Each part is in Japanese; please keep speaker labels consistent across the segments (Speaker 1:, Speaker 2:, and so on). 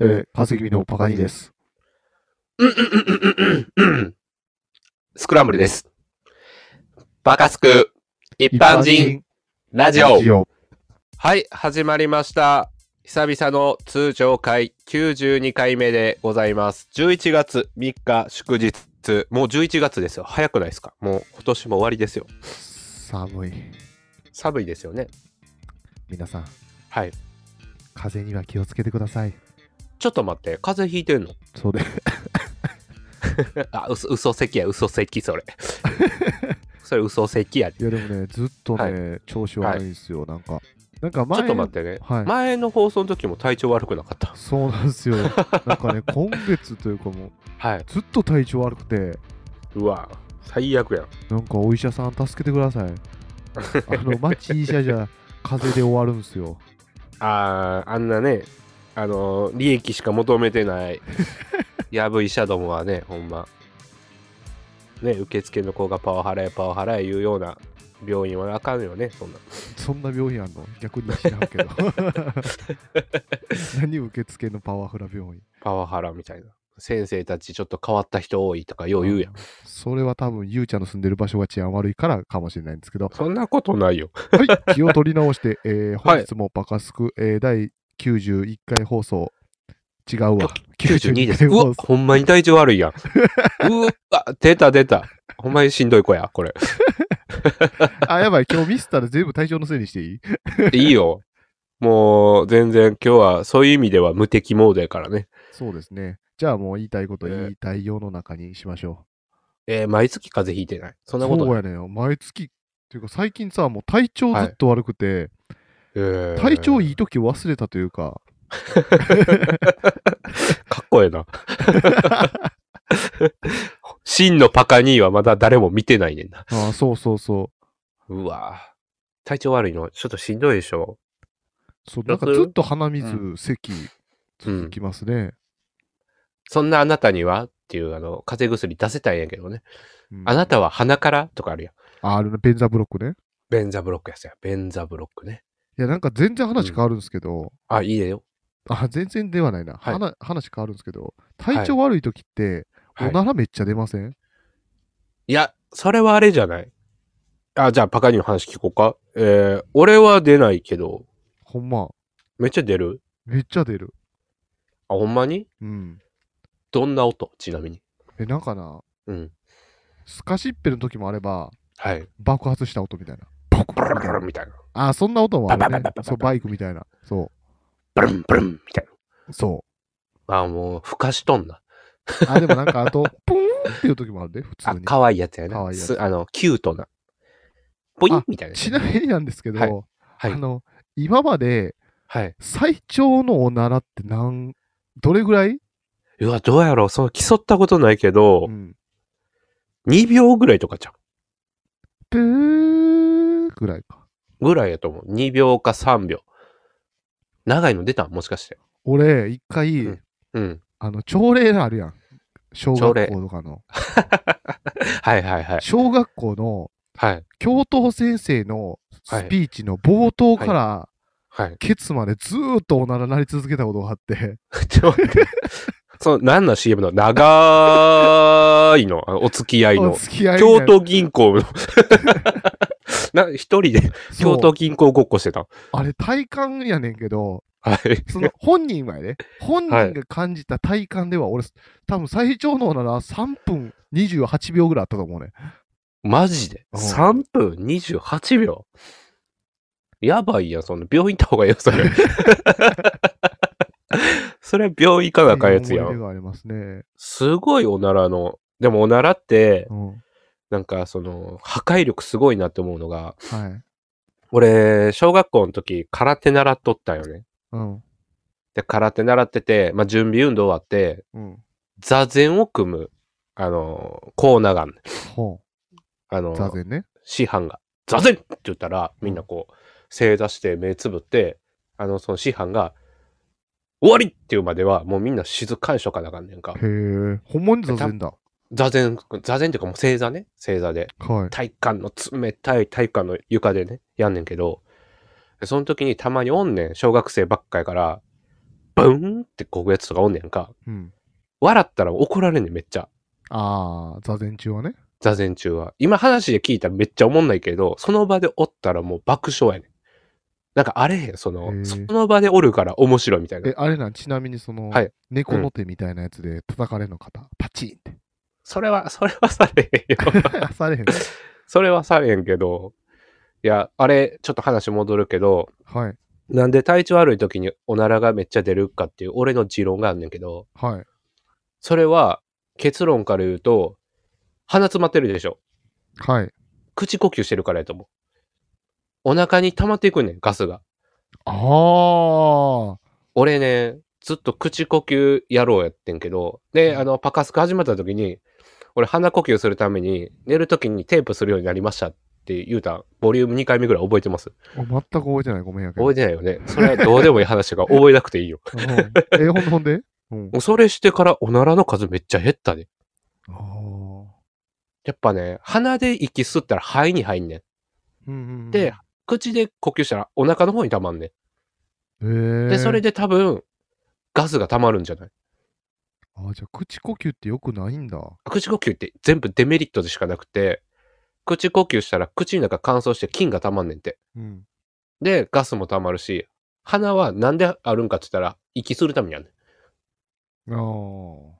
Speaker 1: えー、風邪気味のパカニです。
Speaker 2: うんうんうんうんうんうんスクランブルです。バカスク、一般人、ラジオ。
Speaker 1: オ。
Speaker 2: はい、始まりました。久々の通常会92回目でございます。11月3日祝日。もう11月ですよ。早くないですかもう今年も終わりですよ。
Speaker 1: 寒い。
Speaker 2: 寒いですよね。
Speaker 1: 皆さん、
Speaker 2: はい。
Speaker 1: 風邪には気をつけてください。
Speaker 2: ちょっと待って、風邪ひいてんの
Speaker 1: そうで、
Speaker 2: あ、嘘、嘘咳や、嘘咳、 それ。それ嘘咳やで。
Speaker 1: いやでもね、ずっとね、調子悪いんですよ、なんか。なんか
Speaker 2: ち
Speaker 1: 前、
Speaker 2: ょっと待ってね。
Speaker 1: はい。
Speaker 2: 前の放送の時も体調悪くなかった。
Speaker 1: そうなん ですよ。なんかね、今月というかもう、
Speaker 2: はい。
Speaker 1: ずっと体調悪くて、
Speaker 2: うわ、最悪やん。
Speaker 1: なんかお医者さん助けてくださ い。あの、町医者じゃ、風邪で終わるんですよ。
Speaker 2: あーあんなね、あのー利益しか求めて ない、やぶ医者どもはね、ほんま。ね、受付の子がパワハラやパワハラや言うような病院はあかんよね、そんな。
Speaker 1: そんな病院あんの逆に知らんけ ど。 何受付のパワフラ病院。
Speaker 2: パワハラみたいな。先生たちちょっと変わった人多いとかよう言うやん。
Speaker 1: それは多分、ゆうちゃんの住んでる場所が治安悪いからかもしれないん ですけど、
Speaker 2: そんなことないよ。
Speaker 1: はい、気を取り直して、えー
Speaker 2: はい
Speaker 1: 本日もバカすく、えー第91回放送、違うわ。
Speaker 2: 92です。
Speaker 1: 回
Speaker 2: うわ
Speaker 1: 放、送
Speaker 2: ほんまに体調悪い やん。うわ、出た出た。ほんまにしんどい子や、これ。
Speaker 1: あ、やばい、今日ミスったら全部体調のせいにしていい
Speaker 2: いいよ。もう、全然今日はそういう意味では無敵モードやからね。
Speaker 1: そうですね。じゃあもう言いたいこと、
Speaker 2: えー
Speaker 1: 言いたいようの中にしましょ
Speaker 2: えー毎月風邪ひいてない。そ。
Speaker 1: うん
Speaker 2: なこと
Speaker 1: そう
Speaker 2: ない。
Speaker 1: やねんよ。毎月、っていうか最近さ、もう体調ずっと悪くて、
Speaker 2: えー
Speaker 1: 体調いい時忘れたというか、
Speaker 2: かっこええな。真のパカニーはまだ誰も見てないねんな。
Speaker 1: あーそうそうそう
Speaker 2: わ体調悪いのちょっとしんどいでしょ。
Speaker 1: う。そう
Speaker 2: ど
Speaker 1: な
Speaker 2: うん
Speaker 1: か
Speaker 2: する
Speaker 1: ずっと鼻水、
Speaker 2: う
Speaker 1: 咳、続きますね。
Speaker 2: そんなあなたにはっていう、あの、風邪薬出せたいんやけどね。
Speaker 1: うん
Speaker 2: あなたは鼻からとかあるやん。
Speaker 1: ああるね、ベンザブロックね。
Speaker 2: ベンザブロックやつや。ベンザブロックね。
Speaker 1: いや、なんか全然話変わるんですけど、
Speaker 2: あ、いいよ。
Speaker 1: あ、全然ではないな、
Speaker 2: はい
Speaker 1: はな話変わるんですけど、体調悪い時って、
Speaker 2: はい
Speaker 1: おならめっちゃ出ません、
Speaker 2: いや、それはあれじゃない。あ、じゃあパカニーの話聞こうか。えー、俺は出ないけど、
Speaker 1: ほんま、
Speaker 2: めっちゃ出る。
Speaker 1: めっちゃ出る。
Speaker 2: あ、ほんまに
Speaker 1: うん。
Speaker 2: どんな音ちなみに。
Speaker 1: え、なんかな、
Speaker 2: うん。
Speaker 1: スカシッペの時もあれば、
Speaker 2: はい。
Speaker 1: 爆発した音みたいな。ボコ
Speaker 2: ブ
Speaker 1: ッ
Speaker 2: ルン
Speaker 1: み
Speaker 2: ブ
Speaker 1: たい
Speaker 2: ルン
Speaker 1: な
Speaker 2: みたいな。
Speaker 1: あ、そんな音もある
Speaker 2: バ
Speaker 1: ね
Speaker 2: バババババ。
Speaker 1: そう、バイクみたいな。そ
Speaker 2: ブルンブルンみたいな。
Speaker 1: う、そ
Speaker 2: ああ、もう、ふかしとんな。
Speaker 1: う。あ、でもなんか、あと、 ポーンっていう時もあるね、普通
Speaker 2: あ、
Speaker 1: に。
Speaker 2: 可愛いやつや
Speaker 1: 可
Speaker 2: な。
Speaker 1: 愛いやつ
Speaker 2: すあの、キュートな。ポイン
Speaker 1: あ
Speaker 2: みたいな。
Speaker 1: ちなみになんですけど、
Speaker 2: はいは
Speaker 1: あ
Speaker 2: い。
Speaker 1: の、今まで
Speaker 2: はい。
Speaker 1: 最長のおならってなんどれぐらいう
Speaker 2: わ、どうやろう。その、競ったことないけど
Speaker 1: う、ん。
Speaker 2: 2秒ぐらいとかじゃん。
Speaker 1: プーぐらいか。
Speaker 2: ぐらいやと思う。2秒か3秒。長いの出たもしかして。
Speaker 1: 俺、一回、
Speaker 2: うんうん。
Speaker 1: あの、朝礼のあるやん。小
Speaker 2: 朝
Speaker 1: 学
Speaker 2: 礼
Speaker 1: 校とかの。
Speaker 2: はいはいはい。
Speaker 1: 小学校の
Speaker 2: はい。
Speaker 1: 教頭先生の
Speaker 2: はい
Speaker 1: スピーチの冒頭から、
Speaker 2: はい。
Speaker 1: ケツまでずーっとおならなり続けたことがあって、
Speaker 2: ちょっと待って。その、何の CM の長いの、あのお付き合い
Speaker 1: お
Speaker 2: の。
Speaker 1: 付き合いみたい
Speaker 2: 京
Speaker 1: な
Speaker 2: 都銀 行の。な、一人で
Speaker 1: そう
Speaker 2: 京都銀行ごっこしてた。
Speaker 1: あれ体感やねんけど、
Speaker 2: はい。
Speaker 1: その本人はやね、本人
Speaker 2: はい
Speaker 1: が感じた体感では、俺、多分最長のおなら3分28秒ぐらいあったと思うね。
Speaker 2: マジで
Speaker 1: うん
Speaker 2: ?3 分28秒やばいやん、そんな。病院行った方がいいよ、そ れ。それ病院行かなあかんやつや
Speaker 1: 思い出
Speaker 2: ん。
Speaker 1: がありますね。
Speaker 2: すごいおならの。でもおならって
Speaker 1: う、ん。はい。
Speaker 2: なんかその、破壊力すごいなって思うのが、
Speaker 1: う
Speaker 2: 俺、小学校の時、空手習っとったよね。
Speaker 1: ん。
Speaker 2: で、空手習ってて、まあ、準備運動終わって、
Speaker 1: うん。
Speaker 2: 座禅を組む、あの、コーナーがあんねん
Speaker 1: ほ
Speaker 2: あ
Speaker 1: う。
Speaker 2: の、
Speaker 1: 座禅ね。
Speaker 2: 師範が「座禅!」って言ったらみんなこう正座して目つぶってあのその師範が「終わり!」っていうまではもうみんな静かにしとかなあかんねんか
Speaker 1: へえ。ほんまに座禅だ。
Speaker 2: 座禅座禅っていうかもう正座ね正座で
Speaker 1: はい。
Speaker 2: 体育館の冷たい体育館の床でねやんねんけどその時にたまにおんねん小学生ばっかやから「バウンってこぐやつとかおんねやんか。
Speaker 1: うん。
Speaker 2: 笑ったら怒られんねん、めっちゃ。
Speaker 1: ああ、座禅中はね。
Speaker 2: 座禅中は。今話で聞いたらめっちゃおもんないけど、その場でおったらもう爆笑やねん。なんかあれへん、そ
Speaker 1: へ
Speaker 2: の、
Speaker 1: ー
Speaker 2: その場でおるから面白いみたいな
Speaker 1: え、。あれなん、ちなみにその、
Speaker 2: はい
Speaker 1: 猫の手みたいなやつで叩かれるの方、パチンって。
Speaker 2: それは、そ れはされへんよ。
Speaker 1: されへん。
Speaker 2: それはされへんけど、いや、あれ、ちょっと話戻るけど、
Speaker 1: はい。
Speaker 2: なんで体調悪い時におならがめっちゃ出るかっていう俺の持論があんねんけど、
Speaker 1: はい。
Speaker 2: それは結論から言うと、鼻詰まってるでしょ。
Speaker 1: はい。
Speaker 2: 口呼吸してるからやと思う。お腹に溜まっていくねん、ガスが。
Speaker 1: ああ。
Speaker 2: 俺ね、ずっと口呼吸やろうやってんけど、で、あの、パカスク始まった時に、俺鼻呼吸するために寝る時にテープするようになりましたって言うたんボリューム2回目ぐらい覚えてます。
Speaker 1: お全く覚えてない。ごめんやけど。
Speaker 2: 覚えてないよね。それはどうでもいい話が覚えなくていいよ。
Speaker 1: うんえ、ほんでほんでうん。
Speaker 2: もうそれしてからおならの数めっちゃ減ったで。
Speaker 1: ああ。
Speaker 2: やっぱね、鼻で息吸ったら肺に入んねん。
Speaker 1: うんうんうん、
Speaker 2: で、口で呼吸したらお腹の方に溜まんねん。
Speaker 1: で
Speaker 2: で、それで多分、ガスが溜まるんじゃない
Speaker 1: あじゃあ口呼吸ってよくないんだ。
Speaker 2: 口呼吸って全部デメリットでしかなくて、口呼吸したら口の中乾燥して菌が溜まんねんて。
Speaker 1: うん。
Speaker 2: で、ガスも溜まるし、鼻はなんであるんかって言ったら、息するためにあんねん。
Speaker 1: ああ。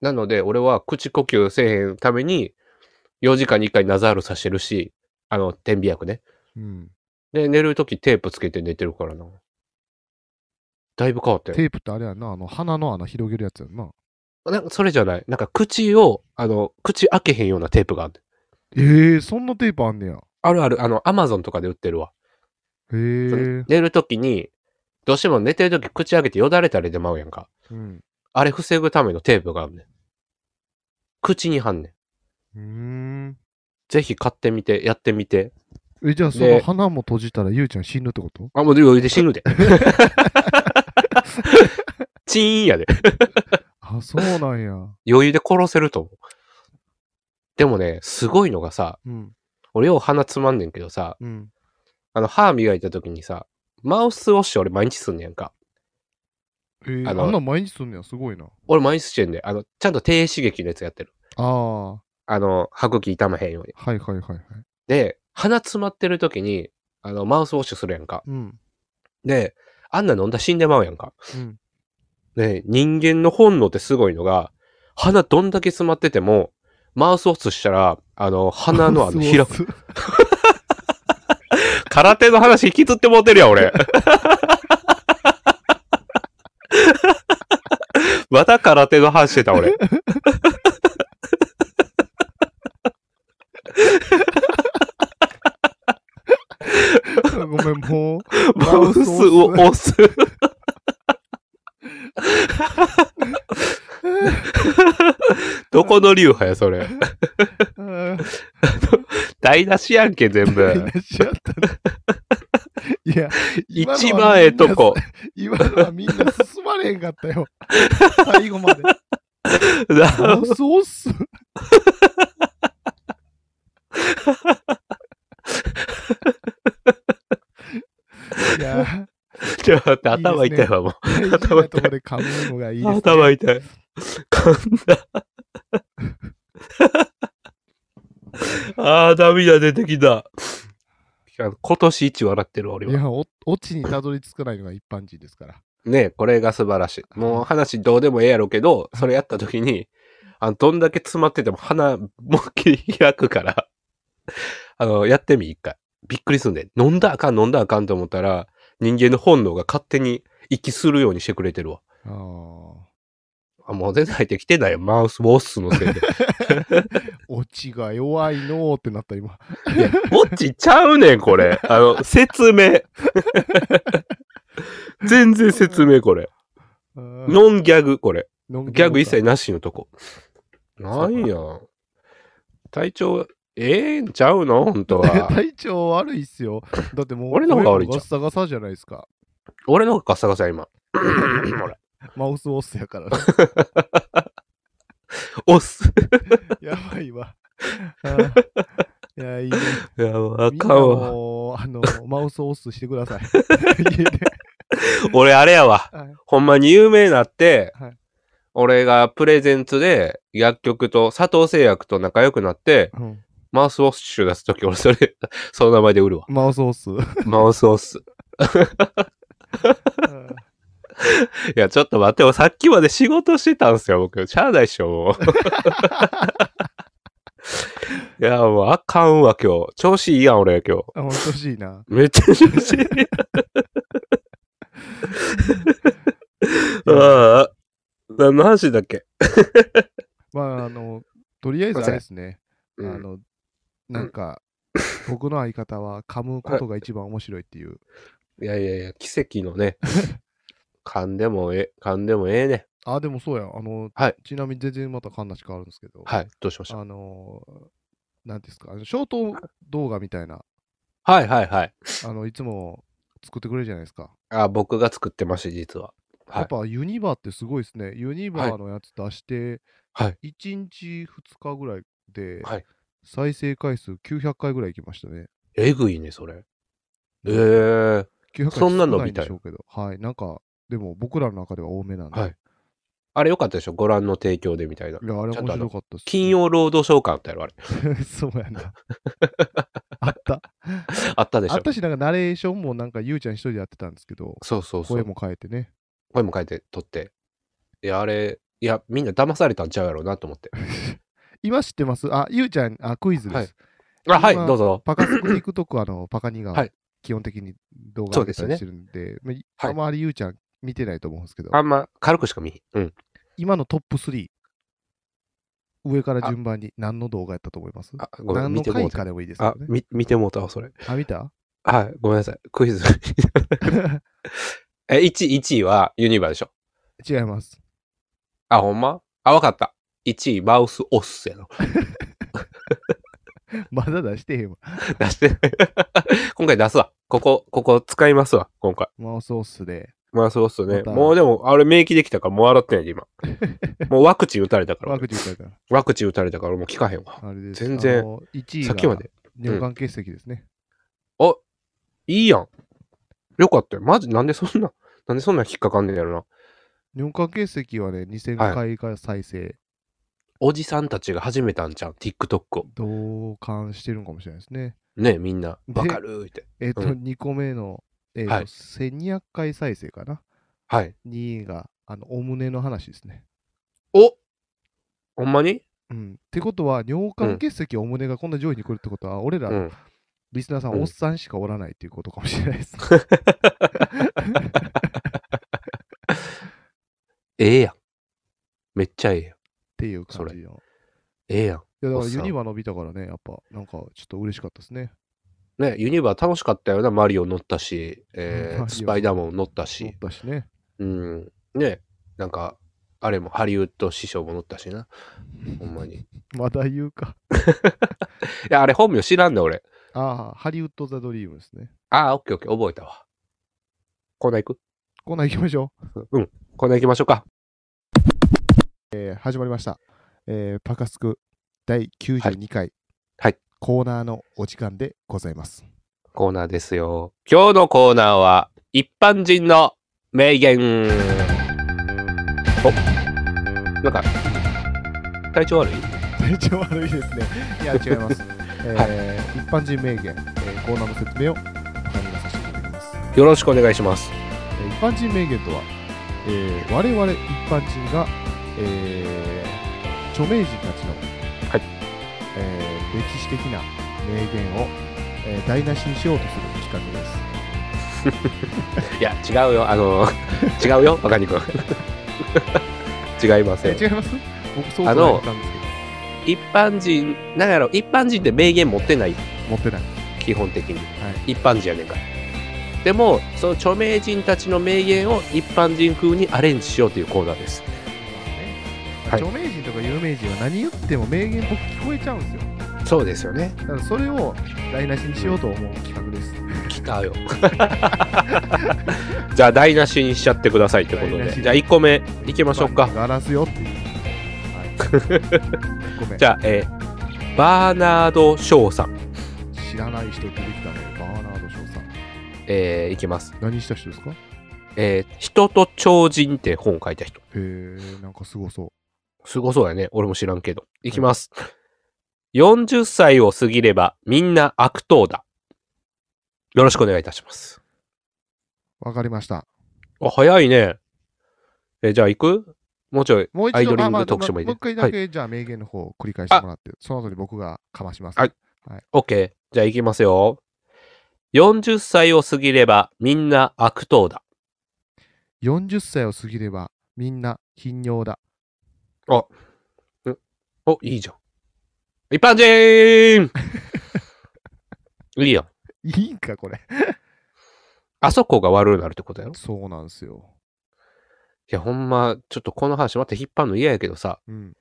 Speaker 2: なので、俺は口呼吸せえへんために、4時間に1回ナザールさしてるし、あの、点鼻薬ね。
Speaker 1: うん。
Speaker 2: で、寝るときテープつけて寝てるからな。だいぶ変わったよ。
Speaker 1: テープってあれやんな、あの鼻の穴広げるやつやんな。
Speaker 2: なんかそれじゃない。なんか口を、あの、口開けへんようなテープがある。
Speaker 1: ええそんなテープあんねや。
Speaker 2: あるある、あの、アマゾンとかで売ってるわ。
Speaker 1: へえ。
Speaker 2: 寝るときに、どうしても寝てるとき口開けてよだれたりでまうやんか。
Speaker 1: うん。
Speaker 2: あれ防ぐためのテープがあるねん。口に貼んねん。
Speaker 1: うーん。
Speaker 2: ぜひ買ってみて、やってみて。
Speaker 1: え、じゃあその
Speaker 2: で
Speaker 1: 鼻も閉じたらゆうちゃん死ぬってこと
Speaker 2: あ、もう余裕で死ぬで。チーンやで。
Speaker 1: あ、 そうなんや。
Speaker 2: 余裕で殺せると思う。でもね、すごいのがさ、
Speaker 1: うん。
Speaker 2: 俺よう鼻つまんねんけどさ、
Speaker 1: うん。
Speaker 2: あの、歯磨いた時にさ、マウスウォッシュ俺毎日すんねやんか。
Speaker 1: えー、
Speaker 2: あの
Speaker 1: あんなん毎日すんねや、すごいな。
Speaker 2: 俺毎日してんねん。あの、ちゃんと低刺激のやつやってる。
Speaker 1: ああ。は
Speaker 2: あの、歯茎痛まへんように。
Speaker 1: いはいはいはい。
Speaker 2: で、鼻詰まってる時に、あの、マウスウォッシュするやんか。
Speaker 1: うん。
Speaker 2: で、あんな飲んだら死んでまうやんか。
Speaker 1: うん。
Speaker 2: ね、人間の本能ってすごいのが、鼻どんだけ詰まってても、マウスウォッシュしたら、あの、鼻のあの、開く。
Speaker 1: く。
Speaker 2: 空手の話引きずってもうてるやん、俺。 また空手の話してた、俺。
Speaker 1: ごめん、もう。
Speaker 2: マウスを押す。どこの流派や、それ。
Speaker 1: ああ
Speaker 2: 台無しやんけ、全
Speaker 1: 台
Speaker 2: 部。
Speaker 1: 無しやったな いや、 今のは
Speaker 2: 一番ええとこ。
Speaker 1: 今のはみんな進まれへんかったよ。最後まで。あそうっす。いや、
Speaker 2: ちょっと待って、頭痛いわ、も
Speaker 1: 大事なとこで噛むのがいいで
Speaker 2: う。
Speaker 1: す。
Speaker 2: 頭痛い。こんな。 ああ、涙出てきた。 いや今年一笑ってるわ、俺
Speaker 1: い
Speaker 2: は。
Speaker 1: や、おオチにたどり着かないのが一般人ですから。
Speaker 2: ねこれが素晴らしい。もう話どうでもええやろうけど、それやった時に、あの、どんだけ詰まってても鼻、もっきり開くから、あの、やってみ、一回。びっくりすんで。飲んだらあかん、飲んだらあかんと思ったら、人間の本能が勝手に息するようにしてくれてるわ。
Speaker 1: あー
Speaker 2: あ、もう全然入ってきてないよ。マウスウォッスのせいで。
Speaker 1: オチが弱いのーってなった今。
Speaker 2: いや、ウォッチちゃうねん、これ。あの、説明。全然説明、これ。
Speaker 1: あー
Speaker 2: ノンギャグ、これ。
Speaker 1: のんき
Speaker 2: ギャグ一
Speaker 1: な
Speaker 2: 切なしのとこ。なんや。体調、ええんちゃうの本当
Speaker 1: ことか
Speaker 2: は。
Speaker 1: 体調悪いっすよ。だってもう、
Speaker 2: 俺の方が悪いじゃん
Speaker 1: ガッサガサじゃないですか。
Speaker 2: 俺の方がガサガサや 今。ほら。
Speaker 1: マウスオスやからな。
Speaker 2: 押す。
Speaker 1: やばいわ。あーいや、いいね。
Speaker 2: いや、わ
Speaker 1: みん
Speaker 2: か
Speaker 1: なん
Speaker 2: わ。
Speaker 1: もうあの、マウスオスしてください。家で。
Speaker 2: 俺あれやわ。
Speaker 1: はい
Speaker 2: ほんまに有名になって、
Speaker 1: はい
Speaker 2: 俺がプレゼンツで薬局と佐藤製薬と仲良くなって、
Speaker 1: うん
Speaker 2: マウスウォッシュ出すとき俺それ、 その名前で売るわ。
Speaker 1: マウスオス。うん
Speaker 2: マウスウォッシュ。いや、ちょっと待ってよ。さっきまで仕事してたんすよ、僕。しゃあないっしょ、 もう。いや、もうあかんわ、今日。調子いいやん、俺、今日。
Speaker 1: あ、ほんとしいな。
Speaker 2: めっちゃ調子いい。 ああ、何の話だっけ、
Speaker 1: まあ、あの、とりあえずあれですね。あ
Speaker 2: うん
Speaker 1: の、なんか、僕の相方は噛むことが一番面白いっていう。
Speaker 2: いやいやいや、奇跡 のね。噛んでもええ、噛んでもええね。
Speaker 1: あ、でもそうやん。あの、
Speaker 2: はい
Speaker 1: ちなみに全然またかんなし変わるんですけど、
Speaker 2: はい、どうしました
Speaker 1: あの、なんていうんですか、あのショート動画みたいな、
Speaker 2: はいはいはい。
Speaker 1: あの、いつも作ってくれるじゃないですか。
Speaker 2: あ、僕が作ってました、実は。はい
Speaker 1: やっぱユニバーってすごいですね。ユニバーのやつ出して、
Speaker 2: はい
Speaker 1: 1日2日ぐらいで、
Speaker 2: はい
Speaker 1: 再生回数900回ぐらいいきましたね。
Speaker 2: えぐいね、それ。ええ
Speaker 1: 900回
Speaker 2: そんなの
Speaker 1: 少い
Speaker 2: 見たい
Speaker 1: でしょうけど。はい。なんか、でも僕らの中では多めなんで。
Speaker 2: はいあれよかったでしょご覧の提供でみたいな。
Speaker 1: いや、あれ
Speaker 2: ちゃん
Speaker 1: 面
Speaker 2: とあの
Speaker 1: 白かったっす、
Speaker 2: 金曜ロードショー感あったやろ、あれ。
Speaker 1: そうやな。あった。
Speaker 2: あった でし
Speaker 1: あ
Speaker 2: ょ
Speaker 1: ったし、なんかナレーションもなんかゆうちゃん一人でやってたんですけど、
Speaker 2: そうそうそ
Speaker 1: 声
Speaker 2: う。
Speaker 1: も変えてね。
Speaker 2: 声も変えて撮って。いや、あれ、いや、みんな騙されたんちゃうやろうなと思って。
Speaker 1: 今知ってますあ、ゆうちゃん、あ、クイズです。
Speaker 2: はいあ、はい、
Speaker 1: 今
Speaker 2: どうぞ。
Speaker 1: パカスク TikTok あ のパカニが
Speaker 2: はい
Speaker 1: 基本的に動画
Speaker 2: そ
Speaker 1: 上
Speaker 2: うで
Speaker 1: げた
Speaker 2: すよ
Speaker 1: り
Speaker 2: ね
Speaker 1: してるんで、まあ
Speaker 2: はい
Speaker 1: あまりゆうちゃん見てないと思うんですけど、
Speaker 2: あんま、軽くしか見ひん。うん。
Speaker 1: 今のトップ3、上から順番に何の動画やったと思います
Speaker 2: あ、ごめん、
Speaker 1: 何
Speaker 2: 見
Speaker 1: の
Speaker 2: ても
Speaker 1: 回
Speaker 2: うた。
Speaker 1: かでもいいです
Speaker 2: あ
Speaker 1: よ、ね。
Speaker 2: み見てもうたわ、それ。
Speaker 1: あ、見 た
Speaker 2: はい、ごめんなさい。クイズ。 え、1位、1位はユニバでしょ。
Speaker 1: 違います。
Speaker 2: あ、ほんまあ、わかった。1位、マウスオスやろ。
Speaker 1: まだ出してへんわ。
Speaker 2: 出して ない。今回出すわ。ここ、ここ使いますわ、今回。
Speaker 1: マウスオスで。
Speaker 2: マウスオスね。
Speaker 1: また
Speaker 2: もうでも、あれ免疫できたから、もう洗ってない で、今。もうワクチン打たれたから
Speaker 1: ワ。クチン打ったか
Speaker 2: ワクチン打たれたから、もう効かへんわ。
Speaker 1: ら。あれです。
Speaker 2: 全然
Speaker 1: あの。1位
Speaker 2: さっきま
Speaker 1: が
Speaker 2: で。
Speaker 1: 尿管結石ですね。
Speaker 2: あ、いいやん。よかったよ。マジ、なんでそんな、なんでそんな引っかかんねんやろな。
Speaker 1: 尿管結石はね、2000
Speaker 2: は
Speaker 1: 回が再生、
Speaker 2: おじさんたちが始めたんじゃん、TikTok を。
Speaker 1: 同感してるんかもしれないですね。
Speaker 2: ねみんな。
Speaker 1: で
Speaker 2: わかるーって。
Speaker 1: えっ、と、
Speaker 2: う
Speaker 1: 2個目の、えっ、と、
Speaker 2: はい
Speaker 1: 1200回再生かな。
Speaker 2: はい。
Speaker 1: 2位が、あの、お胸の話ですね。
Speaker 2: おほんまに
Speaker 1: うん。ってことは、尿管結石、お胸がこんな上位に来るってことは、俺ら、
Speaker 2: うん。
Speaker 1: リスナーさん、
Speaker 2: うん
Speaker 1: おっさんしかおらないっていうことかもしれないです。
Speaker 2: ええやん。めっちゃええやん。
Speaker 1: っていう感じの。い
Speaker 2: ええやん。
Speaker 1: や、だ
Speaker 2: お
Speaker 1: か
Speaker 2: っ
Speaker 1: ら
Speaker 2: さん
Speaker 1: ユニバ伸びたからね、やっぱ、なんか、ちょっと嬉しかったですね。
Speaker 2: ねユニバー楽しかったよな。マリオ乗ったし、え
Speaker 1: うんマリ
Speaker 2: ー、
Speaker 1: オ
Speaker 2: スパイダーマン乗った
Speaker 1: 思
Speaker 2: し
Speaker 1: っ。たしね。
Speaker 2: うん。ねなんか、あれもハリウッド師匠も乗ったしな。ほんまに。い
Speaker 1: まだ言うか。
Speaker 2: や、あれ本名知らんね俺。
Speaker 1: ああ、ハリウッド・ザ・ドリームですね。
Speaker 2: ああ、オッケーオッケー、覚えたわ。コーナー行く
Speaker 1: コーナー行きましょう。
Speaker 2: うん。コーナー行きましょうか。
Speaker 1: えー始まりました。えーパカスク第92回、
Speaker 2: はい
Speaker 1: コーナーのお時間でございます。
Speaker 2: コーナーですよ。今日のコーナーは、一般人の名言。おなんか、体調悪い
Speaker 1: 体調悪いですね。いや、違い ます。えー一般人名言、えーコーナーの説明をお願いさせていただきます。
Speaker 2: よろしくお願いします。
Speaker 1: えー一般人名言とは、えー我々一般人が、えー著名人たちの、
Speaker 2: はい
Speaker 1: えー歴史的な名言を、えー台無しにしようとする企画です。
Speaker 2: いや、違うよ。あの、 違うよ、若にくん。 違いませ
Speaker 1: え
Speaker 2: ん。
Speaker 1: 違います僕、そう
Speaker 2: あ
Speaker 1: 捉
Speaker 2: の
Speaker 1: えてたんですけ
Speaker 2: 一般人、なんやろ、一般人って名言持ってない、
Speaker 1: ど、持ってない。
Speaker 2: 基本的に。
Speaker 1: はい
Speaker 2: 一般人やねんから。でも、その著名人たちの名言を一般人風にアレンジしようというコーナーです。はい
Speaker 1: 著名人とか有名人は何言っても名言僕聞こえちゃうんですよ
Speaker 2: そうですよね。
Speaker 1: だからそれを台無しにしようと思う企画です
Speaker 2: 来たよ じゃあ台無しにしちゃってくださいってこと
Speaker 1: 台無し
Speaker 2: でじゃあ1個目いきましょうか
Speaker 1: ガラスよっていう、はい、ごめん
Speaker 2: じゃあ、えーバーナード・ショーさん、
Speaker 1: 知らない人出てきたねバーナード・ショーさん
Speaker 2: えーいきます、
Speaker 1: 何した人ですか
Speaker 2: ええー人と超人って本を書いた人。
Speaker 1: へえ、なんかすごそう。
Speaker 2: すごそうやね。俺も知らんけど。いきます。40歳を過ぎればみんな悪党だ。よろしくお願いいたします。
Speaker 1: わかりました。
Speaker 2: あ、早いね。え、じゃあ行くもうちょい。
Speaker 1: もう一
Speaker 2: アイド
Speaker 1: 度、
Speaker 2: リン
Speaker 1: まあまあ
Speaker 2: グ特集もいい
Speaker 1: もう
Speaker 2: ね
Speaker 1: 一回だけ、じゃあ名言の方を繰り返してもらって、その後に僕がかまします。
Speaker 2: はい。OK。じゃあ行きますよ。40歳を過ぎればみんな悪党だ。
Speaker 1: 40歳を過ぎれば、みんな頻尿だ。
Speaker 2: お、いいじゃん。一般人いいやん。
Speaker 1: いいんか、これ。
Speaker 2: あそこが悪くなるってことやろい
Speaker 1: そうなんですよ。
Speaker 2: や、ほんま、ちょっとこの話また引っ張るの嫌やけどさ、
Speaker 1: うん、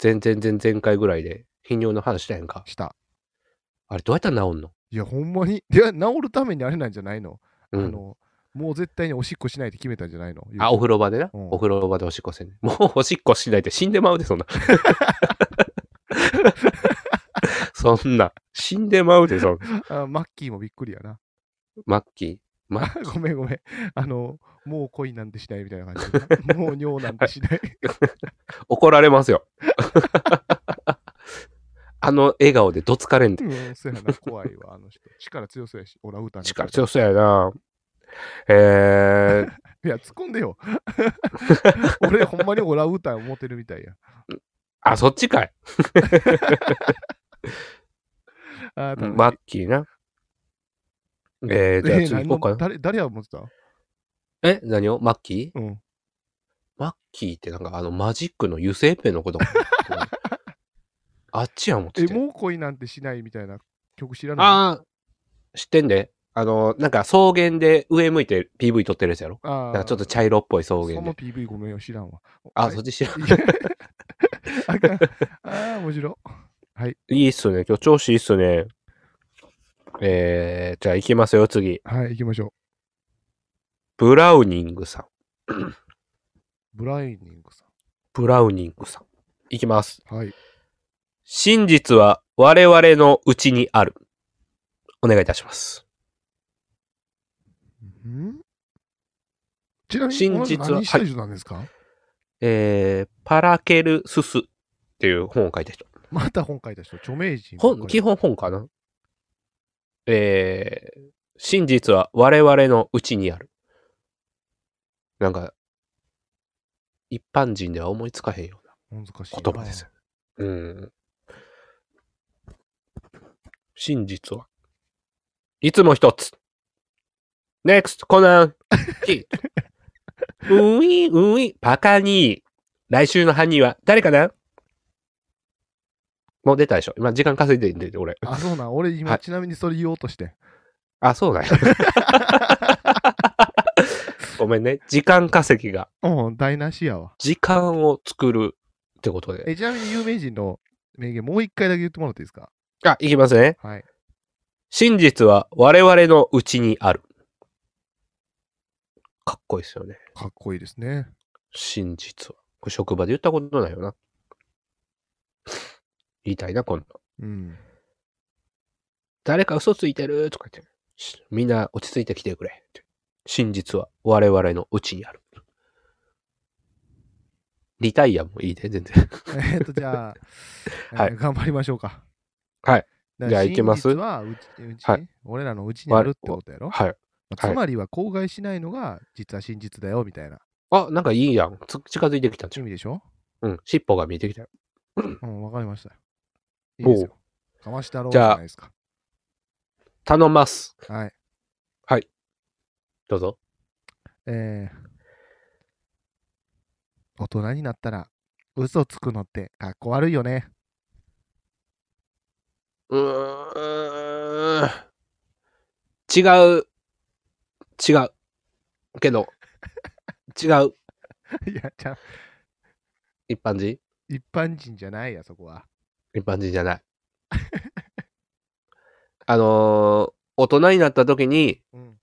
Speaker 2: 前々前々回ぐらいで頻尿の話したやんか。
Speaker 1: した。
Speaker 2: あれどうやったら治んの
Speaker 1: いや、ほんまに。いや、治るためにあれなんじゃないの、
Speaker 2: う
Speaker 1: あ
Speaker 2: ん。
Speaker 1: の、もう絶対におしっこしないって決めたんじゃないの
Speaker 2: あ、お風呂場でな。
Speaker 1: うん
Speaker 2: お風呂場でおしっこせんね。 もうおしっこしないって死んでまうで、そんな。 そんな。死んでまうで、そんな。
Speaker 1: あマッキーもびっくりやな。
Speaker 2: マッキー。マ
Speaker 1: あごめんごめん。あの、もう恋なんてしないみたいな感 じ。もう尿なんてしない。
Speaker 2: 怒られますよ。 あの笑顔でどつかれんで。
Speaker 1: うん、そうやな、怖いわ、あの人。力強そうやし、オランウータン。
Speaker 2: 力強そうやな。えー、
Speaker 1: いや、突っ込んでよ。 俺、ほんまにオランウータン思ってるみたいや。
Speaker 2: あ、そっちかい。
Speaker 1: あー、
Speaker 2: マッキーな。えー、じゃあ
Speaker 1: え
Speaker 2: 次
Speaker 1: 何
Speaker 2: 行
Speaker 1: の
Speaker 2: こうかな。
Speaker 1: 誰誰は思ってた
Speaker 2: え、何をマッキー
Speaker 1: うん。
Speaker 2: マッキーってなんかあのマジックの油性ペンのことかなあっちや思って
Speaker 1: え、
Speaker 2: て。
Speaker 1: もう恋なんてしないみたいな曲知らない
Speaker 2: ああ、知ってんで。あの、なんか草原で上向いて PV 撮ってるやつやろ。
Speaker 1: あ
Speaker 2: な
Speaker 1: ー
Speaker 2: んかちょっと茶色っぽい草
Speaker 1: そ
Speaker 2: 原
Speaker 1: の
Speaker 2: で。
Speaker 1: PV ごめんよ、知らんわ。
Speaker 2: あ、そっち知らん。
Speaker 1: いや あかん。ああ、面白い。
Speaker 2: いいっすね。今日調子いいっすね。えー、じゃあ行きますよ、次。
Speaker 1: はい、行きましょ
Speaker 2: ブラウニングさん。
Speaker 1: う。ブライニングさ
Speaker 2: ブラウニングさん。行きます。
Speaker 1: ん。はい。
Speaker 2: 真実は我々のうちにある。お願いいたします。
Speaker 1: んちなみに、
Speaker 2: 真実は
Speaker 1: この人何したい人なんですか、
Speaker 2: えー、パラケルススっていう本を書いた人。
Speaker 1: また本書いた人、著名人。
Speaker 2: 本、基本本かなえー、真実は我々のうちにある。なんか、一般人では思いつかへんよう
Speaker 1: 難しい
Speaker 2: な
Speaker 1: な
Speaker 2: 言葉です。。うん。真実はいつも一つ。NEXT コナンヒートういウいパカニー。来週の犯人は誰かなもう出たでしょ今時間稼いでんで、俺。
Speaker 1: あ、そうなん。俺今、
Speaker 2: はい
Speaker 1: ちなみにそれ言おうとして。
Speaker 2: あ、そうだよ。 ごめんね。時間稼ぎが、
Speaker 1: うん、台無しやわ。
Speaker 2: 時間を作るってことで。
Speaker 1: え、ちなみに有名人の名言、もう一回だけ言ってもらっていいですか
Speaker 2: あ、いきますね。
Speaker 1: はい。
Speaker 2: 真実は我々のうちにある。かっこいいですよね。
Speaker 1: かっこいいですね。
Speaker 2: 真実は。これ職場で言ったことないよな。言いたいな、こんな。
Speaker 1: うん。
Speaker 2: 誰か嘘ついてるとか言って。しみんな落ち着いてきてくれって。真実は我々のうちにある。リタイアもいいで、全然。
Speaker 1: えっと、じゃあ、
Speaker 2: はい
Speaker 1: えー頑張りましょうか。
Speaker 2: はい
Speaker 1: だから。
Speaker 2: じゃあ行けます
Speaker 1: 真実はうちうち
Speaker 2: はい
Speaker 1: 俺らのうちにあるってことやろ、
Speaker 2: はい。
Speaker 1: まあつまりは公害しないのが実は真実だよみたいな
Speaker 2: あ、なんかいいやん。つ近づいてきたんち
Speaker 1: 意
Speaker 2: ゃう。
Speaker 1: 味でしょ
Speaker 2: うん。尻尾が見えてきたよ。
Speaker 1: うん、わかりました。いいですよ。かましたろう
Speaker 2: じ
Speaker 1: じ
Speaker 2: ゃあ
Speaker 1: ゃないですか。
Speaker 2: 頼ます。
Speaker 1: はい。
Speaker 2: どうぞ。
Speaker 1: えー、大人になったら嘘つくのってかっこ悪いよね。
Speaker 2: うーん。違う。違う。けど、違う。
Speaker 1: いや、ちゃん
Speaker 2: 一般人
Speaker 1: 一般人じゃないや、そこは。
Speaker 2: 一般人じゃない。あのー大人になった時に、
Speaker 1: うん。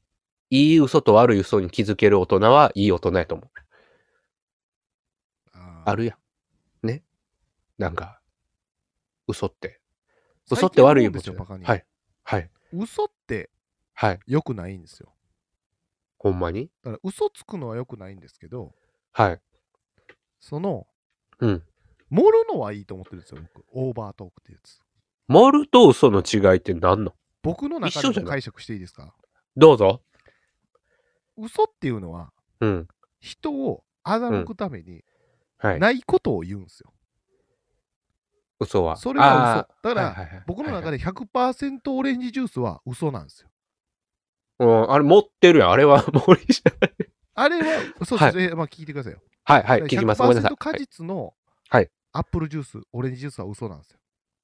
Speaker 2: いい嘘と悪い嘘に気づける大人はいい大人やと思う。
Speaker 1: あー
Speaker 2: あるやん。ね。なんか、嘘って。嘘って悪いもん
Speaker 1: 最
Speaker 2: じ
Speaker 1: 近
Speaker 2: ゃ
Speaker 1: 思
Speaker 2: な
Speaker 1: うんですよバカ
Speaker 2: い。
Speaker 1: に
Speaker 2: はい。はい。
Speaker 1: 嘘って
Speaker 2: はい。
Speaker 1: 良くないんですよ。
Speaker 2: ほんまに
Speaker 1: だから嘘つくのは良くないんですけど、
Speaker 2: はい。
Speaker 1: その、
Speaker 2: うん。
Speaker 1: 盛るのはいいと思ってるんですよ、僕。オーバートークってやつ。
Speaker 2: 盛ると嘘の違いって何の
Speaker 1: 僕の中
Speaker 2: 一緒
Speaker 1: で
Speaker 2: じゃ
Speaker 1: も
Speaker 2: ない
Speaker 1: 解釈していいですか
Speaker 2: どうぞ。
Speaker 1: 嘘っていうのは、
Speaker 2: うん。
Speaker 1: 人を欺くために、
Speaker 2: はい。
Speaker 1: ないことを言うんですよ。
Speaker 2: 嘘は。
Speaker 1: それは
Speaker 2: あ
Speaker 1: 嘘。だ
Speaker 2: ー
Speaker 1: から、
Speaker 2: はいはいはい
Speaker 1: 僕の
Speaker 2: は
Speaker 1: 中
Speaker 2: い
Speaker 1: で100%オレンジジュースは嘘なんですよ。
Speaker 2: はいうんあれ持ってるやん。あれは森じ ゃない。
Speaker 1: あれは、そうですね、まあ聞いてくださいよ。
Speaker 2: はいはい。聞きます。ごめんなさい
Speaker 1: 100%。果実の
Speaker 2: はい
Speaker 1: アップルジュース、オレンジジュースは嘘なんですよ。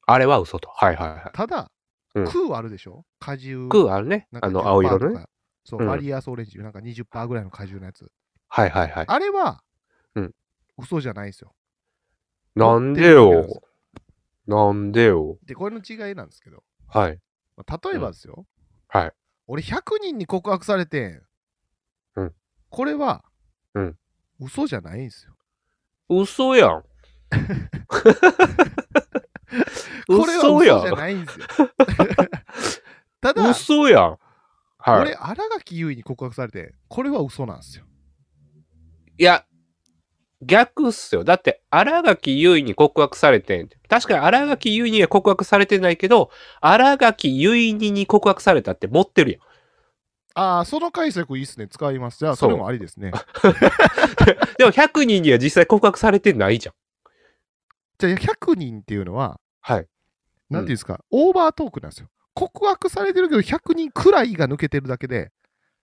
Speaker 2: あれは嘘と。はいはいはい。
Speaker 1: ただ、
Speaker 2: うん
Speaker 1: 空あるでしょ果汁。
Speaker 2: クーあるね。
Speaker 1: なんか
Speaker 2: あ
Speaker 1: 10%
Speaker 2: の、青色の
Speaker 1: と
Speaker 2: ね。
Speaker 1: か。そう、
Speaker 2: うん
Speaker 1: マリアスオレンジ、なんか20%ぐらいの果汁のやつ。
Speaker 2: はいはいはい。
Speaker 1: あれは、
Speaker 2: うん
Speaker 1: 嘘じゃないですよ。
Speaker 2: なん
Speaker 1: 持っ
Speaker 2: で
Speaker 1: てるだけなんです
Speaker 2: よ。なんでよ。
Speaker 1: で、これの違いなんですけど、
Speaker 2: はい。
Speaker 1: まあ例えばですよ、
Speaker 2: はい。
Speaker 1: 俺100人に告白されてん。
Speaker 2: うん
Speaker 1: これは、
Speaker 2: うん
Speaker 1: 嘘じゃないんですよ。
Speaker 2: 嘘やん。
Speaker 1: これは
Speaker 2: 嘘や
Speaker 1: 嘘じゃ
Speaker 2: ん。
Speaker 1: ないんですよ。ただ、
Speaker 2: 嘘やん。は
Speaker 1: 俺、新垣結衣に告白されてん、これは嘘なんですよ。
Speaker 2: い。いや、逆っすよ。だって、新垣結衣に告白されてん。確かに新垣結衣には告白されてないけど、新垣結衣に告白されたって持ってるやん。
Speaker 1: ああ、その解釈いいっすね。使います。じゃあ、
Speaker 2: そ
Speaker 1: そうれもありです ね。
Speaker 2: でも100人には実際告白されてないじゃん。
Speaker 1: じゃあ、100人っていうのは、
Speaker 2: はい。
Speaker 1: なんていうんですか、オーバートークなんですよ。告白されてるけど、100人くらいが抜けてるだけで、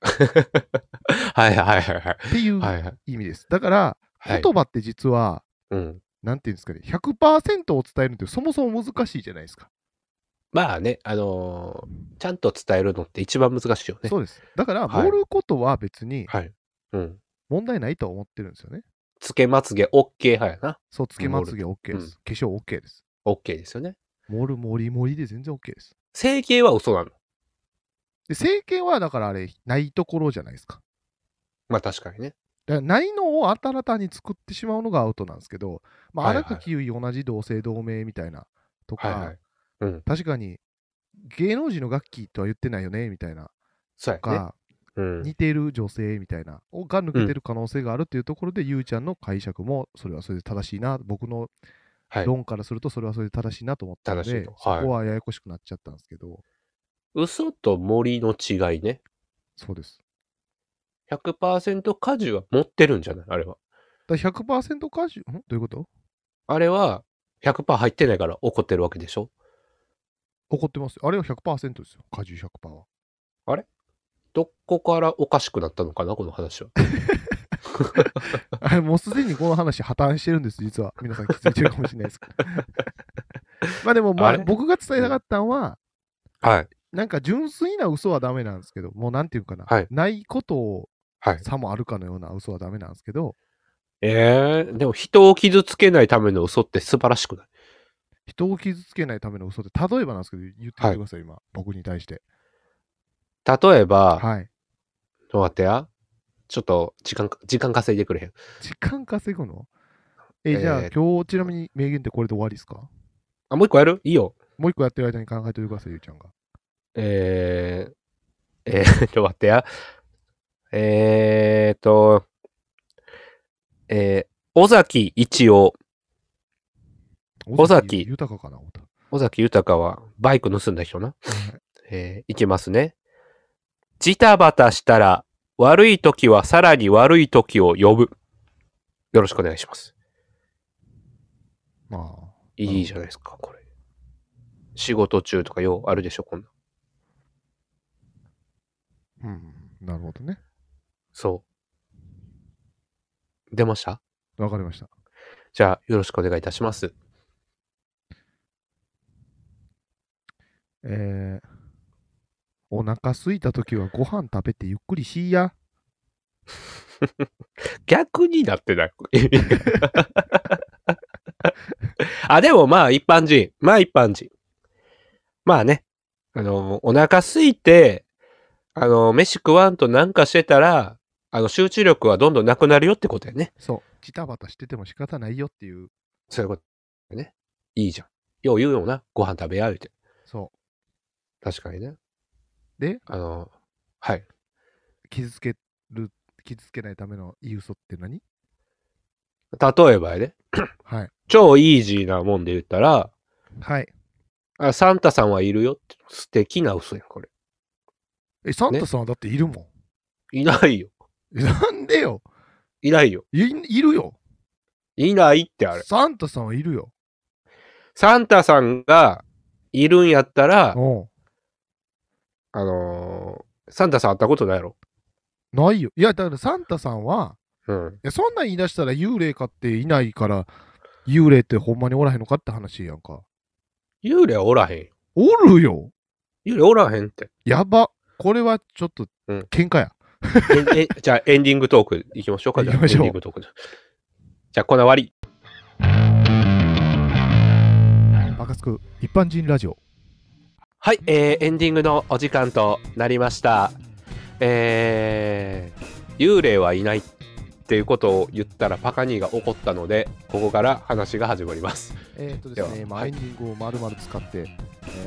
Speaker 2: はいはいはいはい。
Speaker 1: っていう
Speaker 2: はいはい。
Speaker 1: 意味です。だから、
Speaker 2: はい、
Speaker 1: 言葉って実は、
Speaker 2: うん。
Speaker 1: なんていうんですかね、100%を伝えるってそもそも難しいじゃないですか。
Speaker 2: まあね、あのーちゃんと伝えるのって一番難しいよね。
Speaker 1: そうです。だから、
Speaker 2: はい
Speaker 1: 盛ることは別に
Speaker 2: はい。うん。
Speaker 1: 問題ないと思ってるんですよね。
Speaker 2: つけまつげ OK 派やな。
Speaker 1: そう、つけまつげ OK です。化粧 OK です。
Speaker 2: OK ですよね。
Speaker 1: 盛る、盛り盛りで全然 OK です。
Speaker 2: 整形は嘘なの。
Speaker 1: で、整形は、だからあれ、ないところじゃないですか。
Speaker 2: まあ確かにね。
Speaker 1: だからないのを新たに作ってしまうのがアウトなんですけど、まあ、
Speaker 2: はいは
Speaker 1: 荒
Speaker 2: い
Speaker 1: 垣結衣同じ同姓同名みたいなとか、
Speaker 2: はいはい。うん。
Speaker 1: 確かに芸能人の楽器とは言ってないよねみたいな
Speaker 2: そう
Speaker 1: と
Speaker 2: やね。
Speaker 1: か、
Speaker 2: うん。
Speaker 1: 似てる女性みたいなをが抜けてる可能性があるっていうところで、ゆうちゃんの解釈もそれはそれで正しいな僕の
Speaker 2: はい。
Speaker 1: 論からするとそれはそれで正しいなと思ったので、
Speaker 2: 正しい
Speaker 1: そ
Speaker 2: とはい
Speaker 1: こはややこしくなっちゃったんですけど
Speaker 2: 嘘と森の違いね。
Speaker 1: そうです
Speaker 2: 100%果樹は持ってるんじゃないあれは。
Speaker 1: だから100%歌手んどういうこと
Speaker 2: あれは100%入ってないから怒ってるわけでしょ
Speaker 1: 怒ってますよあれは100%ですよ果汁100%は
Speaker 2: どこからおかしくなったのかなこの話は。
Speaker 1: あれ もうすでにこの話破綻してるんです実は皆さん気づいてるかもしれないですけど まあでもま
Speaker 2: あ
Speaker 1: あ
Speaker 2: れ
Speaker 1: 僕が伝えたかったのは、
Speaker 2: はい。
Speaker 1: なんか純粋な嘘はダメなんですけど、もうなんていうかな、
Speaker 2: はい
Speaker 1: ないことを
Speaker 2: はい。
Speaker 1: さもあるかのような嘘はダメなんですけど、
Speaker 2: ええでも人を傷つけないための嘘って素晴らしくない
Speaker 1: 人を傷つけないための嘘って、例えばなんですけど、言ってみてください、今、僕に対して。
Speaker 2: 例えば、
Speaker 1: はい。
Speaker 2: ちょっと待ってや。ちょっと、時間か、時間稼いでくれへん。
Speaker 1: 時間稼ぐのえ
Speaker 2: えー
Speaker 1: じゃあ、今日ちなみに名言ってこれで終わりですか
Speaker 2: あ、もう一個やるいいよ。
Speaker 1: もう一個やってる間に考えておいてください、ゆうちゃんが。
Speaker 2: えー、えー、ちょっと待ってや。えーっと、えー、尾崎一郎、
Speaker 1: 尾
Speaker 2: 崎
Speaker 1: 豊かかな、思った
Speaker 2: 尾崎豊はバイク盗んだ人な。えー、いきますね。ジタバタしたら、悪い時はさらに悪い時を呼ぶ。よろしくお願いします。
Speaker 1: まあ、
Speaker 2: いいじゃないですか、これ。仕事中とかようあるでしょ、こんな。
Speaker 1: うん、なるほどね。
Speaker 2: そう。出ました
Speaker 1: わかりました。
Speaker 2: じゃあ、よろしくお願いいたします。
Speaker 1: えー、お腹空いたときはご飯食べてゆっくりしいや。
Speaker 2: 逆になってない。 あ、でもまあ、一般人。まあ、一般人。まあね。あの、お腹空いて、あの、飯食わんとなんかしてたら、あの、集中力はどんどんなくなるよってことやね。
Speaker 1: そう、ジタバタしてても仕方ないよっていう、
Speaker 2: そういうことやね。いいじゃん。よう言うよな。ご飯食べやるって。
Speaker 1: そう。
Speaker 2: 確かにね。
Speaker 1: で、
Speaker 2: あの、はい。
Speaker 1: 傷つける、傷つけないためのいい嘘って何
Speaker 2: 例えばやで、
Speaker 1: はい。
Speaker 2: 超イージーなもんで言ったら、
Speaker 1: はい。
Speaker 2: あサンタさんはいるよって、素敵な嘘やん、これ。
Speaker 1: え、サンタさんはだっているも
Speaker 2: いないよ。
Speaker 1: ん。えなんでよ
Speaker 2: いないよ。
Speaker 1: いいるよ
Speaker 2: いないってあれ。
Speaker 1: サンタさんはいるよ。
Speaker 2: サンタさんがいるんやったら、
Speaker 1: うん。
Speaker 2: あのーサンタさん会ったことないやろ。
Speaker 1: ないよ。いや、だからサンタさんは、
Speaker 2: うん。
Speaker 1: いやそんなん言い出したら幽霊かっていないから、幽霊ってほんまにおらへんのかって話やんか。
Speaker 2: 幽霊はおらへんよ。
Speaker 1: おるよ
Speaker 2: 幽霊おらへんって。
Speaker 1: やば。これはちょっと
Speaker 2: うん、
Speaker 1: 喧嘩や。
Speaker 2: ええ じゃあエンディングトークいきましょうか。じゃあ
Speaker 1: 行きましょう
Speaker 2: エンディングトークじゃあ、こんな終わり。
Speaker 1: バカつく一般人ラジオ。
Speaker 2: はい、えーエンディングのお時間となりました。えー幽霊はいないっていうことを言ったらパカニーが怒ったので、ここから話が始まります。
Speaker 1: えーっとです
Speaker 2: で
Speaker 1: ね、
Speaker 2: は
Speaker 1: まあ、
Speaker 2: はい
Speaker 1: エンディングを丸々使って、え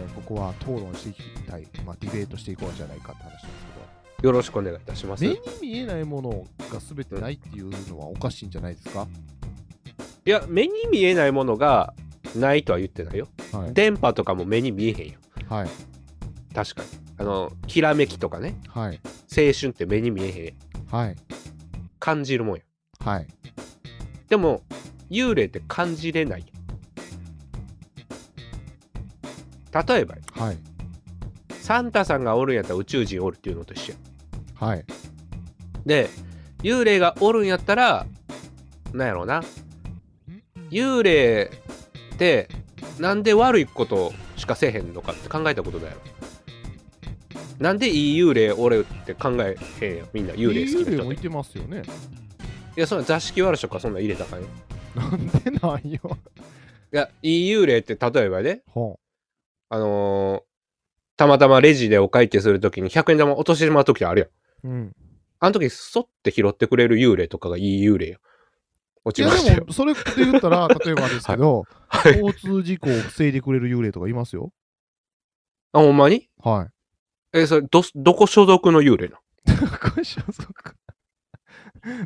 Speaker 1: ーここは討論していきたい、まあ、ディベートしていこうじゃないかって話なんです
Speaker 2: よろしくお願いいたします。
Speaker 1: けど
Speaker 2: い、
Speaker 1: 目に見えないものが全てないっていうのはおかしいんじゃないですか、
Speaker 2: や、目に見えないものがないとは言ってないよ。
Speaker 1: はい、
Speaker 2: 電波とかも目に見えへんよ。
Speaker 1: はい、
Speaker 2: 確かに。あの、きらめきとかね、
Speaker 1: はい、
Speaker 2: 青春って目に見えへん。
Speaker 1: はい、
Speaker 2: 感じるもんや。
Speaker 1: はい。
Speaker 2: でも、幽霊って感じれない。例えば、
Speaker 1: はい。
Speaker 2: サンタさんがおるんやったら宇宙人おるっていうのと一緒や
Speaker 1: はい。
Speaker 2: で幽霊がおるんやったらなんやろうな幽霊ってなんで悪いことしかせえへんのかって考えたことないやろなんでいい幽霊おるって考えへんよみんな幽霊好
Speaker 1: 幽
Speaker 2: きな
Speaker 1: 霊
Speaker 2: 人
Speaker 1: も
Speaker 2: っ
Speaker 1: い
Speaker 2: て
Speaker 1: てますよね。
Speaker 2: いやそんな座敷わらしとかそんなん入れたらあかんよ
Speaker 1: なんでなんよ。
Speaker 2: いやいい幽霊って例えばね
Speaker 1: ほ
Speaker 2: あのーたまたまレジでお会計するときに100円玉落としてしまうときあるやん
Speaker 1: ん。うん。
Speaker 2: あの時、そって拾ってくれる幽霊とかがいい幽霊よ。
Speaker 1: い
Speaker 2: 落ち
Speaker 1: や
Speaker 2: ました
Speaker 1: で
Speaker 2: よ。
Speaker 1: も、それって言った ら、例えばですけど、
Speaker 2: はい。
Speaker 1: 交通事故を防いでくれる幽霊とかいますよ。
Speaker 2: あ、ほんまに
Speaker 1: はい。
Speaker 2: え、それ、ど、どこ所属の幽霊な
Speaker 1: どこ所属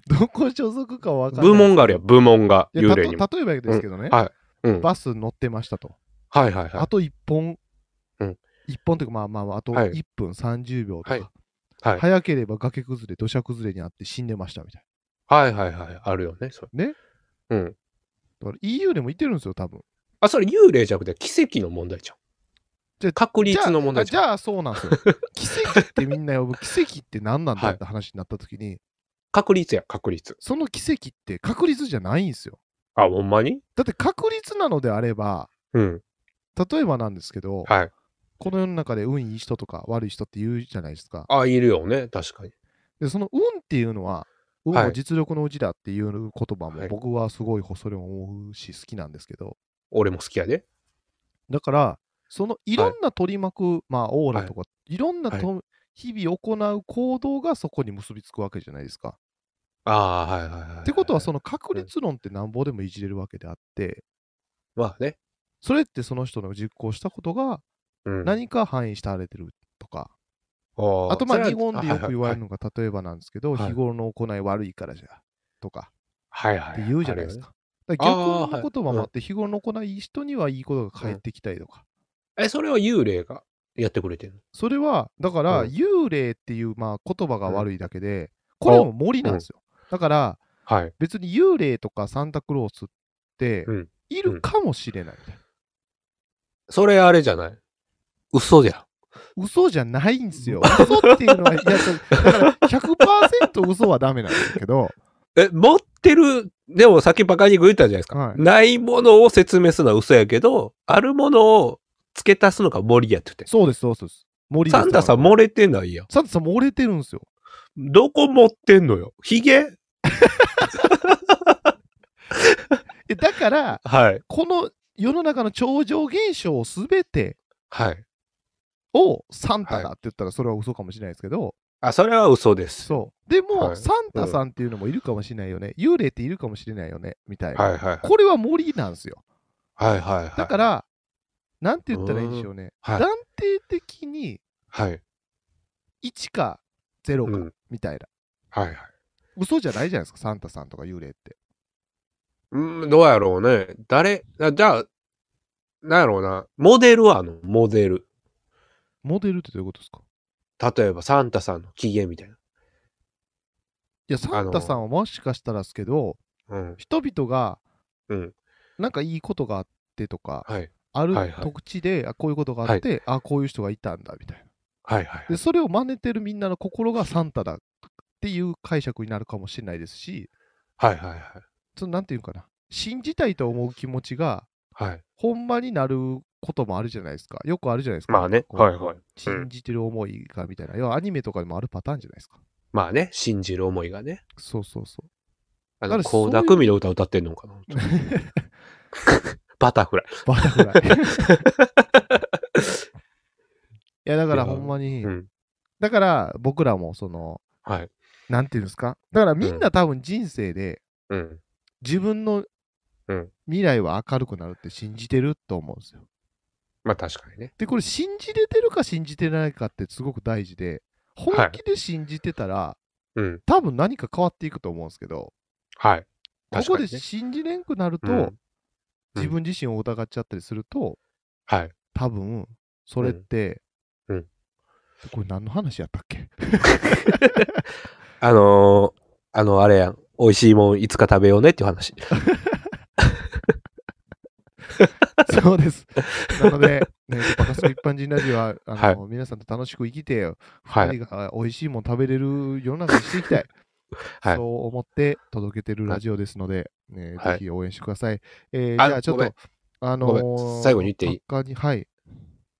Speaker 1: どこ所属かわかんない。
Speaker 2: 部門があるやん、部門が、
Speaker 1: いや
Speaker 2: 幽霊にも。
Speaker 1: たと例えばですけどね、
Speaker 2: はい。うん。はい
Speaker 1: バス乗ってましたと。
Speaker 2: はいは
Speaker 1: あと1本、
Speaker 2: うん
Speaker 1: 1本というか、まあまあ、あと
Speaker 2: はい
Speaker 1: 1分30秒とか、
Speaker 2: はいはい
Speaker 1: 早ければ崖崩れ、土砂崩れにあって死んでましたみたい
Speaker 2: い。はいはいはい。あるよね、それ。
Speaker 1: ね
Speaker 2: うん。
Speaker 1: な。だから EU でもいてるんですよ、多分
Speaker 2: あ、それ幽霊じゃなくて奇跡の問題じゃん。
Speaker 1: じゃ
Speaker 2: 確
Speaker 1: じゃ
Speaker 2: 率
Speaker 1: あ
Speaker 2: の問題じ
Speaker 1: じ
Speaker 2: ゃん。
Speaker 1: ゃあそうなんです よ。奇跡ってみんな呼ぶ奇跡って何なんだって話になった時に、
Speaker 2: 確率や、確率。
Speaker 1: その奇跡って確率じゃないんですよ。
Speaker 2: あ、ほんまに
Speaker 1: だって確率なのであれば、
Speaker 2: うん。
Speaker 1: 例えばなんですけど、
Speaker 2: はい。
Speaker 1: この世の中で運いい人とか悪い人って言うじゃないですか。
Speaker 2: あ、いるよね、確かに。
Speaker 1: でその運っていうのは、運
Speaker 2: は
Speaker 1: はい実力のうちだっていう言葉
Speaker 2: は
Speaker 1: も
Speaker 2: い
Speaker 1: 僕はすごいそれも思うし好きなんですけど、
Speaker 2: 俺も好きやで。
Speaker 1: だから、そのいろんな取り巻く、まあオーラとか、い、ろんなと、日々行う行動がそこに結びつくわけじゃないですか。
Speaker 2: ああ、はいはいはい。
Speaker 1: ってことはその確率論ってなんぼでもいじれるわけであって、
Speaker 2: まあね。
Speaker 1: それってその人の実行したことが
Speaker 2: うん。
Speaker 1: 何か反映してあれてるとか、
Speaker 2: あ
Speaker 1: あとまあ日本でよく言われ
Speaker 2: る。
Speaker 1: るのが例えばなんですけど、
Speaker 2: はい
Speaker 1: 日頃の行い悪いからじゃとか
Speaker 2: はいはい。
Speaker 1: って言うじゃないです
Speaker 2: か
Speaker 1: か。だから
Speaker 2: あ
Speaker 1: 逆
Speaker 2: ー
Speaker 1: の言葉もあって、日頃の行いいい人にはいいことが返ってきたりとか。
Speaker 2: え、それは幽霊がやってくれてるの
Speaker 1: それは、だか
Speaker 2: う
Speaker 1: ら
Speaker 2: ん
Speaker 1: 幽霊っていうまあ言葉が悪いだけで、これも森なんですよ。だから
Speaker 2: はい。
Speaker 1: 別に幽霊とかサンタクロースって
Speaker 2: うん
Speaker 1: いるかもしれないみたいな。
Speaker 2: それあれじゃない嘘じゃん。
Speaker 1: 嘘じゃないんですよ。嘘っていうのは、いや、そうだから100%嘘はダメなんですけど、
Speaker 2: え、持ってる、でもさっきバカに言ったじゃないですか。
Speaker 1: はい
Speaker 2: ないものを説明するのは嘘やけど、あるものを付け足すのが森やって言って。
Speaker 1: そうです、そうです。森です
Speaker 2: サンタさん
Speaker 1: だから
Speaker 2: 漏れてないやん。
Speaker 1: サンタさん漏れてるんですよ。
Speaker 2: どこ持ってんのよヒゲ
Speaker 1: えだから、
Speaker 2: はい。
Speaker 1: この世の中の超常現象すべて
Speaker 2: はい。
Speaker 1: をサンタだって言ったらそれは嘘かもしれないですけど、
Speaker 2: あ、それは嘘です。
Speaker 1: そう。でも、
Speaker 2: はい
Speaker 1: サンタさんっていうのもいるかもしれないよね。幽霊っているかもしれないよね。みたいな。
Speaker 2: はいはいはい。
Speaker 1: これは森なんですよ。
Speaker 2: はいはいはい。
Speaker 1: だから、なんて言ったらいいんでしょうね。
Speaker 2: はい
Speaker 1: 断定的に
Speaker 2: はい。
Speaker 1: 1か0
Speaker 2: う
Speaker 1: か、
Speaker 2: ん。
Speaker 1: みたいな。
Speaker 2: はいはい。
Speaker 1: 嘘じゃないじゃないですか、サンタさんとか幽霊って。
Speaker 2: うん、どうやろうね。誰、あじゃあ、なんやろうな。モデルはあの、モデル。
Speaker 1: モデルってどういうことですか
Speaker 2: 例えば、サンタさんの起源みたいな。
Speaker 1: いや、サンタさんはもしかしたらですけど、
Speaker 2: うん。
Speaker 1: 人々が
Speaker 2: うん。
Speaker 1: なんかいいことがあってとか、
Speaker 2: はい。
Speaker 1: ある
Speaker 2: はいはい
Speaker 1: 特地で、あこういうことがあって、あこういう人がいたんだみたいな。
Speaker 2: はいはいは
Speaker 1: で
Speaker 2: い。
Speaker 1: それを真似てるみんなの心がサンタだっていう解釈になるかもしれないですし、
Speaker 2: はいはい
Speaker 1: そのなんていうかな、信じたいと思う気持ちが、
Speaker 2: はい。はい。
Speaker 1: ほんまになることもあるじゃないですか。よくあるじゃないですか。
Speaker 2: まあね。
Speaker 1: こう
Speaker 2: はいはい。うん
Speaker 1: 信じてる思いがみたいな。要はアニメとかでもあるパターンじゃないですか。
Speaker 2: まあね、信じる思いがね。
Speaker 1: そうそうそ
Speaker 2: あ
Speaker 1: だか
Speaker 2: の、
Speaker 1: らそういう
Speaker 2: 倖田來未の歌歌ってんのかな
Speaker 1: う。
Speaker 2: バタフライ。
Speaker 1: バタフライ。 いや、だから
Speaker 2: いや
Speaker 1: ほんまに、
Speaker 2: うん。
Speaker 1: だから僕らもその、
Speaker 2: はい。
Speaker 1: なんていうんですか。だからみんな多分人生で
Speaker 2: うん。
Speaker 1: 自分の
Speaker 2: うん
Speaker 1: 未来は明るくなるって信じてると思うんですよ。
Speaker 2: まあ確かにね。
Speaker 1: で、これ信じれてるか信じてないかってすごく大事で、本気で信じてたら、
Speaker 2: うん。
Speaker 1: 多分何か変わっていくと思うんですけど、
Speaker 2: はい。
Speaker 1: こ
Speaker 2: 確
Speaker 1: こ
Speaker 2: か
Speaker 1: で
Speaker 2: にね。
Speaker 1: 信じれんくなると、
Speaker 2: うん
Speaker 1: 自分自身を疑っちゃったりすると、
Speaker 2: はい。
Speaker 1: 多分それって、
Speaker 2: うんうん
Speaker 1: これ何の話やったっけ
Speaker 2: あのー、あの、あれやん。美味しいもんいつか食べようねっていう話。
Speaker 1: そうです。なので、ね、バカスク一般人ラジオはあの、
Speaker 2: はい
Speaker 1: 皆さんと楽しく生きてよ、
Speaker 2: はい
Speaker 1: 二人が美味しいもん食べれる世の中にしていきたい、
Speaker 2: はい
Speaker 1: そ。う思って届けてるラジオですので、ね
Speaker 2: はい
Speaker 1: ぜひ応援してください。えー
Speaker 2: あ
Speaker 1: じゃあちょっ
Speaker 2: ごめ
Speaker 1: と
Speaker 2: ん、
Speaker 1: あの
Speaker 2: ごめ
Speaker 1: ー、
Speaker 2: ん最後に言っていい
Speaker 1: 他にはい。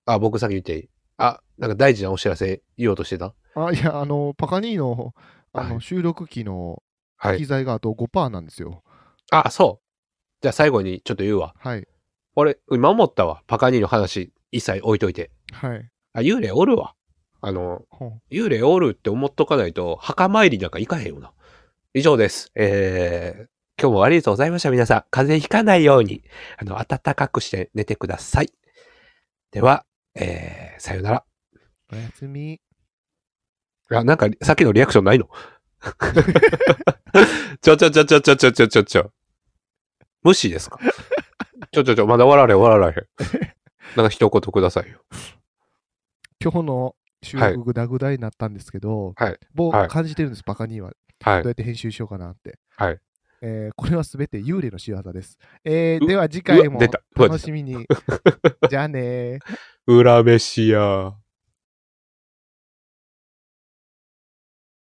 Speaker 2: あ、僕先言っていいあ、なんか大事なお知らせ言おうとしてた
Speaker 1: あ、いや、あの、パカニーのあの、
Speaker 2: はい
Speaker 1: 収録機の
Speaker 2: は
Speaker 1: 機
Speaker 2: い。
Speaker 1: 材があと5%なんですよ。
Speaker 2: あ、そう。じゃあ最後にちょっと言うわ。
Speaker 1: はい。
Speaker 2: 俺、今思ったわ。パカニーの話一切置いといて。
Speaker 1: はい。
Speaker 2: あ、幽霊おるわ。あの、
Speaker 1: ほん
Speaker 2: 幽霊おるって思っとかないと、墓参りなんか行かへんよな。以上です。えー、今日もありがとうございました。皆さん、風邪ひかないように、あの、暖かくして寝てください。では、えー、さよなら。
Speaker 1: おやすみ。
Speaker 2: あ、なんか、さっきのリアクションないの ちょちょちょちょちょちょちょちょちょ。無視ですかちょちょちょ、まだ終わられへん終わられへん。 なんか一言くださいよ。
Speaker 1: 今日の収
Speaker 2: はい
Speaker 1: 録グダグダになったんですけど、
Speaker 2: はい
Speaker 1: もう
Speaker 2: はい
Speaker 1: 感じてるんです、パカニーは。
Speaker 2: はい
Speaker 1: どう。やって編集しようかなって。
Speaker 2: はい
Speaker 1: えーこれはすべて幽霊の仕業です。えー
Speaker 2: う
Speaker 1: では次回
Speaker 2: う
Speaker 1: も
Speaker 2: わ出たうわ
Speaker 1: 楽しみに。じゃあねー。
Speaker 2: 裏飯や。